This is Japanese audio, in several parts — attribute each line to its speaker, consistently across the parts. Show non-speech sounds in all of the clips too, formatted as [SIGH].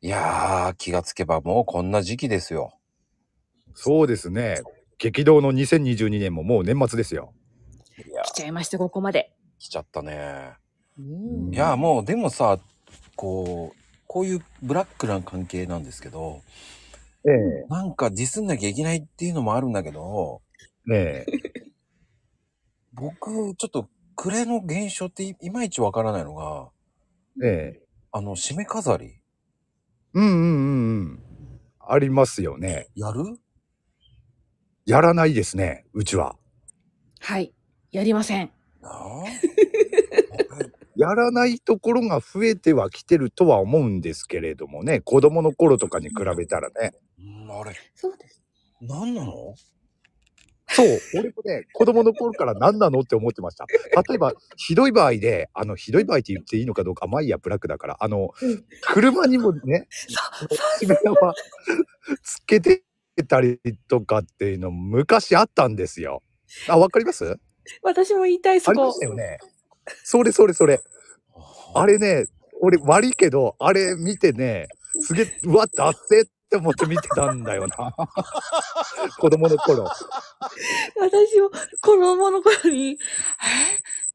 Speaker 1: いやー、気がつけばもうこんな時期ですよ。
Speaker 2: そうですね。激動の2022年ももう年末ですよ。
Speaker 1: いやー
Speaker 3: 来ちゃいました、ここまで。
Speaker 1: 来ちゃったね。
Speaker 3: うん
Speaker 1: いやー、もうでもさ、こう、こういうブラックな関係なんですけど、
Speaker 2: え
Speaker 1: なんかディスんなきゃいけないっていうのもあるんだけど、
Speaker 2: え。ええ。
Speaker 1: 僕、ちょっと暮れの現象っていいまいちわからないのが、
Speaker 2: ええ。
Speaker 1: あの、締め飾り、
Speaker 2: うんうんうんうん。ありますよね。
Speaker 1: やる
Speaker 2: やらないですね、うちは。
Speaker 3: はい。やりません。
Speaker 1: な [LAUGHS] あ
Speaker 2: やらないところが増えてはきてるとは思うんですけれどもね、子供の頃とかに比べたらね。
Speaker 1: うんあれ、
Speaker 3: そうです。
Speaker 1: なんなの
Speaker 2: そう、俺もね、子供の頃から何なのって思ってました。例えば、ひどい場合で、あの、ひどい場合って言っていいのかどうか、まあいいや、ブラックだから、あの
Speaker 3: うん、
Speaker 2: 車にもね、締め縄つけてたりとかっていうの、昔あったんですよ。あ、わかります
Speaker 3: 私も言いたい、
Speaker 2: あ
Speaker 3: そ
Speaker 2: りま
Speaker 3: こ
Speaker 2: し。たよね。それそれそれ。あれね、俺悪いけど、あれ見てね、すげえ、うわ、だっせって思って見てたんだよな。 [LAUGHS] 子供の頃。
Speaker 3: 私も子供の頃に、え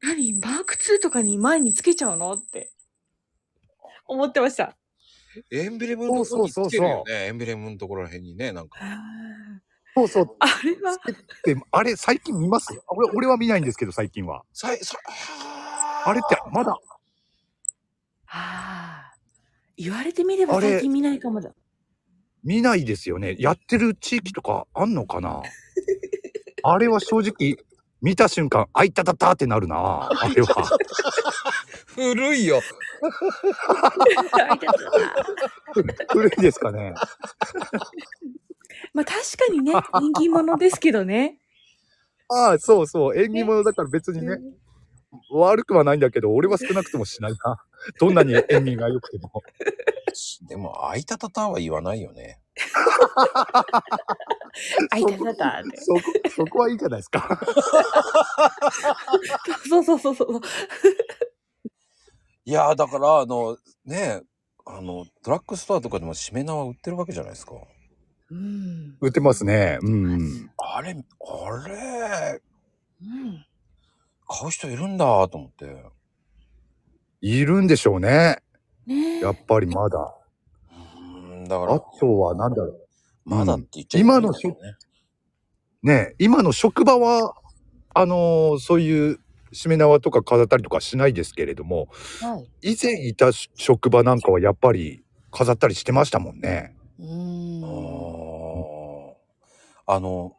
Speaker 3: 何マーク2とかに前につけちゃうのって思ってました。
Speaker 1: エンブレムのとこ
Speaker 2: そう
Speaker 1: ろに
Speaker 2: そ
Speaker 1: つ
Speaker 2: う
Speaker 1: け
Speaker 2: そうそう
Speaker 1: るよね。エンブレムのところら辺にね、なんか。
Speaker 2: そうそう、
Speaker 3: あれは、
Speaker 2: でもあれ最近見ますあ俺俺は見ないんですけど最近は
Speaker 1: さいさ
Speaker 2: あれってまだ
Speaker 3: ああ、言われてみれば
Speaker 2: あれ
Speaker 3: 最近見ないかもだ。
Speaker 2: 見ないですよねやってる地域とかあんのかなあれは正直見た瞬間「あいたたた」ってなるなあれは
Speaker 1: 古いよ。
Speaker 3: [LAUGHS] あいたたた
Speaker 2: 古いですかね
Speaker 3: [LAUGHS] まあ確かにね、人気者ですけどね。
Speaker 2: ああそうそう縁起物だから別にね悪くはないんだけど俺は少なくともしないなどんなに縁起が良くても
Speaker 1: でも、あいたたたは言わないよね。
Speaker 3: あいたたたって。
Speaker 2: そこそこはいいじゃないですか
Speaker 3: そうそうそうそう。
Speaker 1: いやー、だから、あの、ねえ、あの、ドラッグストアとかでもしめ縄売ってるわけじゃないですか。
Speaker 3: うん。
Speaker 2: 売ってますねうん
Speaker 1: あれ、あれ、
Speaker 3: うん。
Speaker 1: 買う人いるんだと思って。
Speaker 2: いるんでしょうね
Speaker 3: ねえ
Speaker 2: やっぱりまだ
Speaker 1: うん、だから
Speaker 2: あ、とは何だろう
Speaker 1: まだって言っちゃいけないんだけどね
Speaker 2: ねえ、今の職場は、あのーそういうしめ縄とか飾ったりとかしないですけれども、
Speaker 3: はい。
Speaker 2: 以前いたし職場なんかはやっぱり飾ったりしてましたもんね。
Speaker 3: うーん。
Speaker 1: あーあの、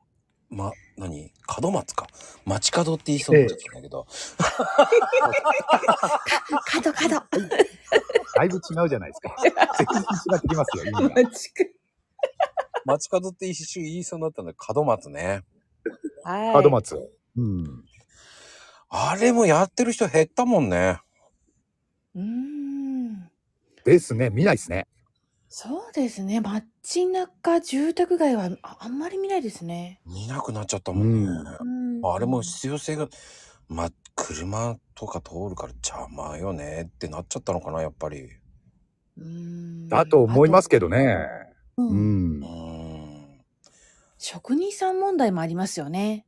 Speaker 1: ま、何角松か。街角って言いそうになっちゃったんだけど。
Speaker 3: 角 [LAUGHS] 角。
Speaker 2: だいぶ違うじゃないです
Speaker 3: [LAUGHS]
Speaker 2: か。全然違ってきますよ、意味が
Speaker 1: 街角って一瞬言いそうになったんだけど、角松ね。
Speaker 3: はい。
Speaker 2: 門松。うん。
Speaker 1: あれもやってる人減ったもんね。
Speaker 3: うーん。
Speaker 2: ですね、見ないですね。
Speaker 3: そうですね。街中、住宅街はああんまり見ないですね。
Speaker 1: 見なくなっちゃったもんね。
Speaker 3: うん
Speaker 1: あれも必要性が、ま、車とか通るから邪魔よねってなっちゃったのかな、やっぱり。
Speaker 3: うーん
Speaker 2: だと思いますけどね。
Speaker 3: あとう
Speaker 2: うんん
Speaker 1: うー。ん。
Speaker 3: 職人さん問題もありますよね。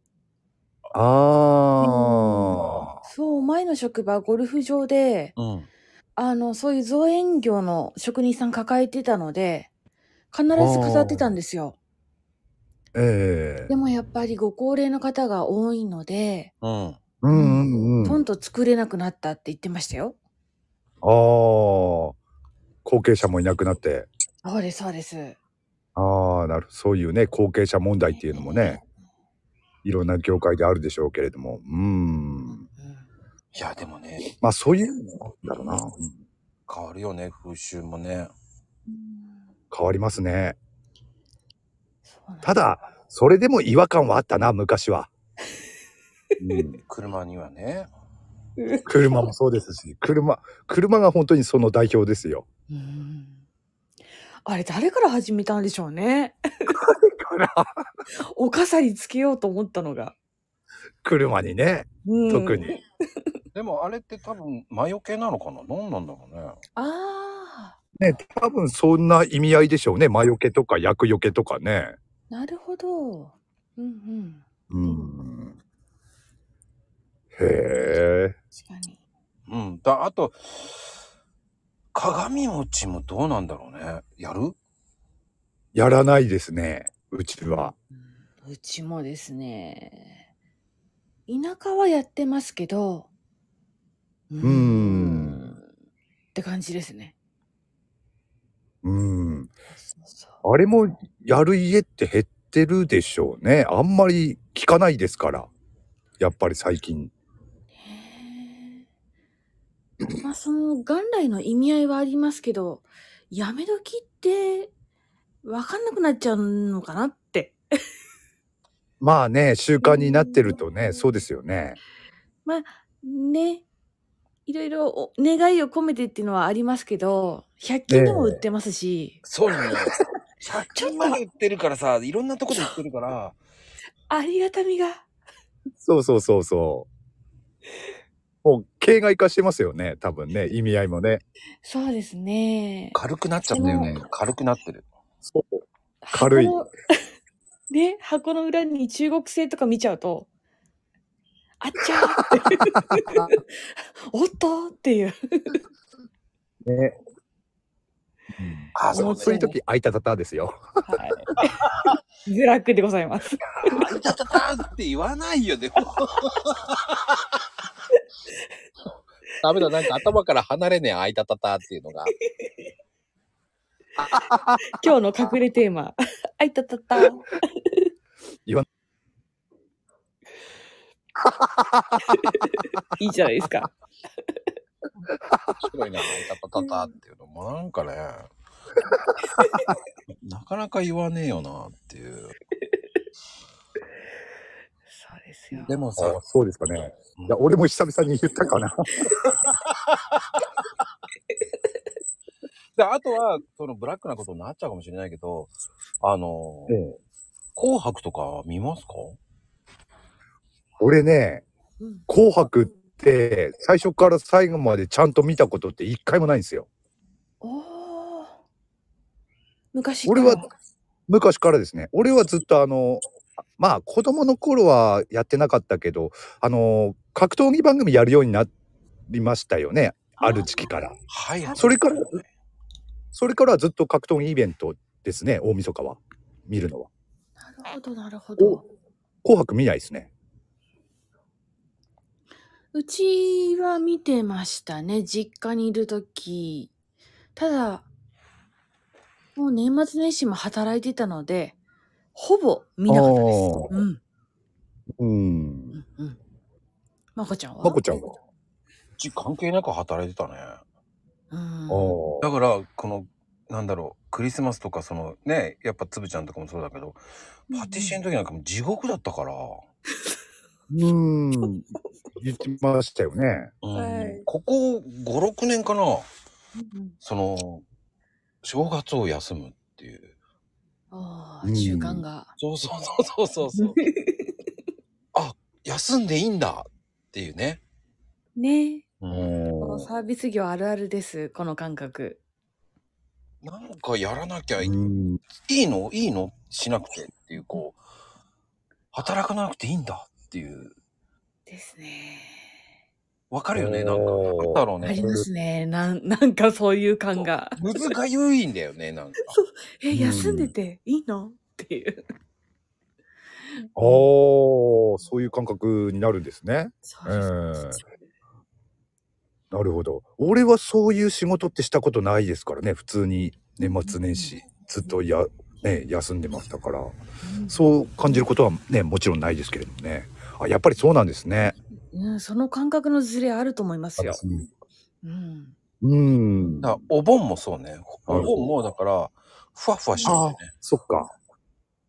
Speaker 2: ああ。
Speaker 3: そう、前の職場、ゴルフ場で、
Speaker 1: うん。
Speaker 3: あの、そういう造園業の職人さん抱えてたので、必ず飾ってたんですよ。
Speaker 2: ええ
Speaker 3: でもやっぱりご高齢の方が多いので、
Speaker 1: うん。
Speaker 2: うんうんう
Speaker 3: と
Speaker 2: ん。
Speaker 3: んと作れなくなったって言ってましたよ。
Speaker 2: ああ。後継者もいなくなって。
Speaker 3: そうです、そうです。
Speaker 2: ああ、なるそういうね、後継者問題っていうのもね、いろんな業界であるでしょうけれども、うーん。
Speaker 3: うん
Speaker 1: いや、でもね、
Speaker 2: まあそういうのなんだろうな。うん
Speaker 1: 変わるよね、風習もね。
Speaker 2: 変わりますね。
Speaker 3: そうなんです
Speaker 2: ただ、それでも違和感はあったな、昔は。うん、
Speaker 1: 車にはね。
Speaker 2: 車もそうですし、車、車が本当にその代表ですよ。 [LAUGHS]
Speaker 3: うんあれ誰から始めたんでしょうね。 [LAUGHS] お飾りつけようと思ったのが。
Speaker 2: 車にね、
Speaker 3: うん
Speaker 2: 特に。。
Speaker 1: でもあれって多分魔除けなのかな何なんだろうね。
Speaker 3: ああ。
Speaker 2: ね、多分そんな意味合いでしょうね。魔除けとか厄除けとかね。
Speaker 3: なるほど。うんうん。
Speaker 2: うん。へえ。
Speaker 3: 確かに。
Speaker 1: うん。だあと、鏡餅もどうなんだろうね。やる
Speaker 2: やらないですね。うちは。
Speaker 3: うんうちもですね。田舎はやってますけど、う
Speaker 2: ーん
Speaker 3: って感じですね。
Speaker 2: うん。
Speaker 3: そうそう
Speaker 2: あれもやる家って減ってるでしょうね。あんまり聞かないですから。やっぱり最近。
Speaker 3: へえまあその元来の意味合いはありますけど、やめ時って分かんなくなっちゃうのかなって。
Speaker 2: まあね、習慣になってるとね、そうですよね。
Speaker 3: ね。いろいろお願いを込めてっていうのはありますけど、100均でも売ってますし、
Speaker 1: そうなの [LAUGHS] よ。100均まで売ってるからさ、いろんなとこで売ってるから、
Speaker 3: ありがたみが。
Speaker 2: そうそうそうそう。もう、形骸化してますよね。多分ね、意味合いもね。
Speaker 3: そうですね。
Speaker 1: 軽くなっちゃったよね
Speaker 3: でも。
Speaker 1: 軽くなってる。
Speaker 2: そう。軽い
Speaker 3: 箱の。 [LAUGHS] ね、箱の裏に中国製とか見ちゃうと、あっちゃー
Speaker 2: [LAUGHS]
Speaker 3: っておっとーっていう。
Speaker 2: ね。
Speaker 1: あ、
Speaker 3: そ
Speaker 1: そうう
Speaker 2: そういう時、あいたたたですよ。
Speaker 3: はい。 [LAUGHS] ブラックでございます。
Speaker 1: あいたたたって言わないよ、で [LAUGHS] も。
Speaker 4: ダメだ、なんか頭から離れねえ、あいたたたっていうのが。
Speaker 3: 今日の隠れテーマ。 [LAUGHS] あいたたた。
Speaker 2: 言わ
Speaker 3: いいじゃないですか。
Speaker 4: 面白いな、あいたたたたっていうのも。
Speaker 1: なん [LAUGHS] かね、なかなか言わねえよなっていう。
Speaker 3: そうですよ。
Speaker 1: でも
Speaker 2: あ
Speaker 1: さ、
Speaker 2: そうですかね。いや、俺も久々に言ったかな。
Speaker 1: であとは、そのブラックなことになっちゃうかもしれないけど、あの、
Speaker 2: [LAUGHS] ええ
Speaker 1: 紅白とか見ますか
Speaker 2: 俺ね、
Speaker 3: うん
Speaker 2: 紅白って、最初から最後までちゃんと見たことって一回もないんですよ。
Speaker 3: おー昔
Speaker 2: 俺は、昔からですね。俺はずっとあの、まあ子供の頃はやってなかったけど、あの、格闘技番組やるようになりましたよね。ある時期から。
Speaker 1: はいはい。
Speaker 2: それから、それからずっと格闘技イベントですね、大晦日は。見るのは。
Speaker 3: なるほど、なるほど。
Speaker 2: 紅白見ないですね。
Speaker 3: うちは見てましたね。実家にいるとき。ただ、もう年末年始も働いてたので、ほぼ見なかったです。
Speaker 2: あー
Speaker 3: うん。
Speaker 2: うん
Speaker 3: う。んうん。まこちゃんは
Speaker 2: まこちゃんは。
Speaker 1: うち関係なく働いてたね。
Speaker 3: うん。
Speaker 2: お
Speaker 1: だから、この、なんだろう、クリスマスとか、そのね、やっぱつぶちゃんとかもそうだけど、パティシエの時なんかもう地獄だったから、
Speaker 2: うん。言ってましたよね。
Speaker 1: うん
Speaker 3: はい
Speaker 1: ここ5、6年かな、
Speaker 3: うんうん
Speaker 1: その、正月を休むっていう。
Speaker 3: あ
Speaker 2: う
Speaker 3: あ、
Speaker 2: ん
Speaker 3: 習慣が。
Speaker 1: そうそうそうそうそうそう。 [LAUGHS] あ、休んでいいんだっていうね。
Speaker 3: ねこ
Speaker 1: う
Speaker 3: のサービス業あるあるです。この感覚。
Speaker 1: なんかやらなきゃいい
Speaker 2: うん。
Speaker 1: いいのいいのしなくてっていう、こう、働かなくていいんだっていう。
Speaker 3: ですね。
Speaker 1: わかるよね、なんか。
Speaker 2: おー
Speaker 1: なんだろう
Speaker 3: あり
Speaker 1: ね。
Speaker 3: ますね。なん、 [LAUGHS] なんかそういう感が。
Speaker 1: むずがゆいんだよね、なんか。
Speaker 3: え、休んでていいのっていう。
Speaker 2: ああ、そういう感覚になるんですね。
Speaker 3: そううです
Speaker 2: ん。なるほど。俺はそういう仕事ってしたことないですからね、普通に年末年始、ずっとや、ね、休んでましたから、そう感じることはね、もちろんないですけれどもね。あ、やっぱりそうなんですね。
Speaker 3: うん、その感覚のズレあると思いますよ。うん。
Speaker 2: うん。
Speaker 1: だからお盆もそうね。お盆もだから、ふわふわしてるんだよね。
Speaker 2: そっか。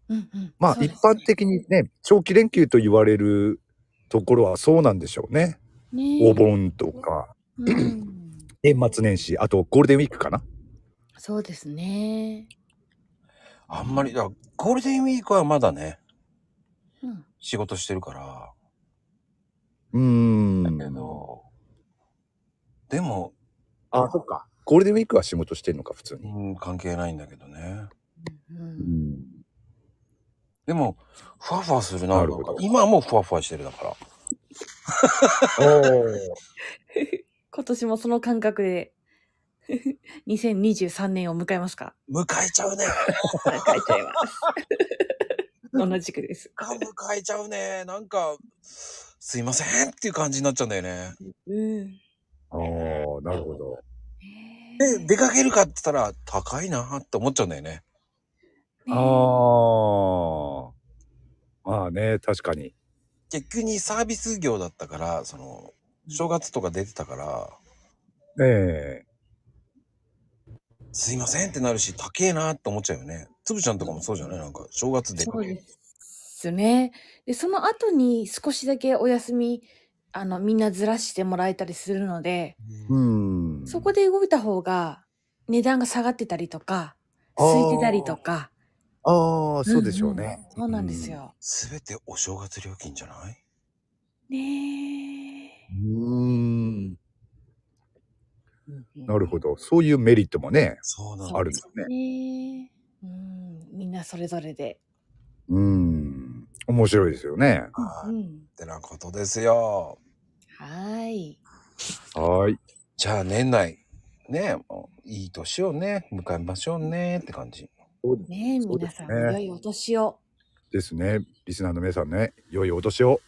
Speaker 3: うんうん。
Speaker 2: まあ、
Speaker 3: そう
Speaker 2: 一
Speaker 3: です
Speaker 2: 般的にね、長期連休と言われるところはそうなんでしょうね。
Speaker 3: ねえ
Speaker 2: お。盆とか、
Speaker 3: うん
Speaker 2: 年末年始、あとゴールデンウィークかな。
Speaker 3: そうですね。
Speaker 1: あんまり、だからゴールデンウィークはまだね、
Speaker 3: うん。
Speaker 1: 仕事してるから。
Speaker 2: うん。
Speaker 1: だけど、でも、
Speaker 2: あ、そっか。ゴールデンウィークは仕事してんのか、普通に。
Speaker 1: うん、関係ないんだけどね。
Speaker 3: う
Speaker 2: うんん。
Speaker 1: でも、ふわふわするな。
Speaker 2: なるほど
Speaker 1: なんか今はもうふわふわしてるだから。
Speaker 3: 今年もその感覚で [LAUGHS] 2023年を迎えます [LAUGHS] か
Speaker 1: 迎えちゃうね。
Speaker 3: 迎えちゃいます。 [LAUGHS] 同じくです。
Speaker 1: が迎えちゃうね。なんか、すいませんっていう感じになっちゃうんだよね。
Speaker 3: うん。
Speaker 2: ああ、なるほど。
Speaker 1: で、出かけるかって言ったら、高いなって思っちゃうんだよね。
Speaker 2: ああ。まあね、確かに。
Speaker 1: 結局にサービス業だったから、その、正月とか出てたから、
Speaker 2: ええ
Speaker 1: すいませんってなるし、高えなって思っちゃうよね。つぶちゃんとかもそうじゃないなんか、正月出
Speaker 3: そ
Speaker 1: か
Speaker 3: う
Speaker 1: ける。
Speaker 3: ですね。で、その後に少しだけお休み、あの、みんなずらしてもらえたりするので、
Speaker 2: うん。
Speaker 3: そこで動いた方が値段が下がってたりとか、
Speaker 2: あー
Speaker 3: 空いてたりとか。
Speaker 2: ああ、そうでしょうね。
Speaker 3: んんそうなんですよ。
Speaker 1: すべてお正月料金じゃない
Speaker 3: ねえ。
Speaker 2: うん。なるほ
Speaker 3: ど。
Speaker 2: ど。そういうメリットもね、
Speaker 1: そうなん
Speaker 2: あるんで
Speaker 1: です
Speaker 2: すね。
Speaker 3: ねえ。うん、みんなそれぞれで。
Speaker 2: うん。面白いですよね。
Speaker 1: は
Speaker 3: う
Speaker 1: いっ
Speaker 3: ん。
Speaker 1: てなことですよ。
Speaker 3: はーい。
Speaker 2: はーい。
Speaker 1: じゃあ年内、ね、もういい年をね、迎えましょうねって感じ。
Speaker 3: ねえ、
Speaker 2: そうで
Speaker 3: 皆
Speaker 2: す
Speaker 3: さ
Speaker 2: ね
Speaker 3: ん、良いお年を。
Speaker 2: ですね。リスナーの皆さんね、良いお年を。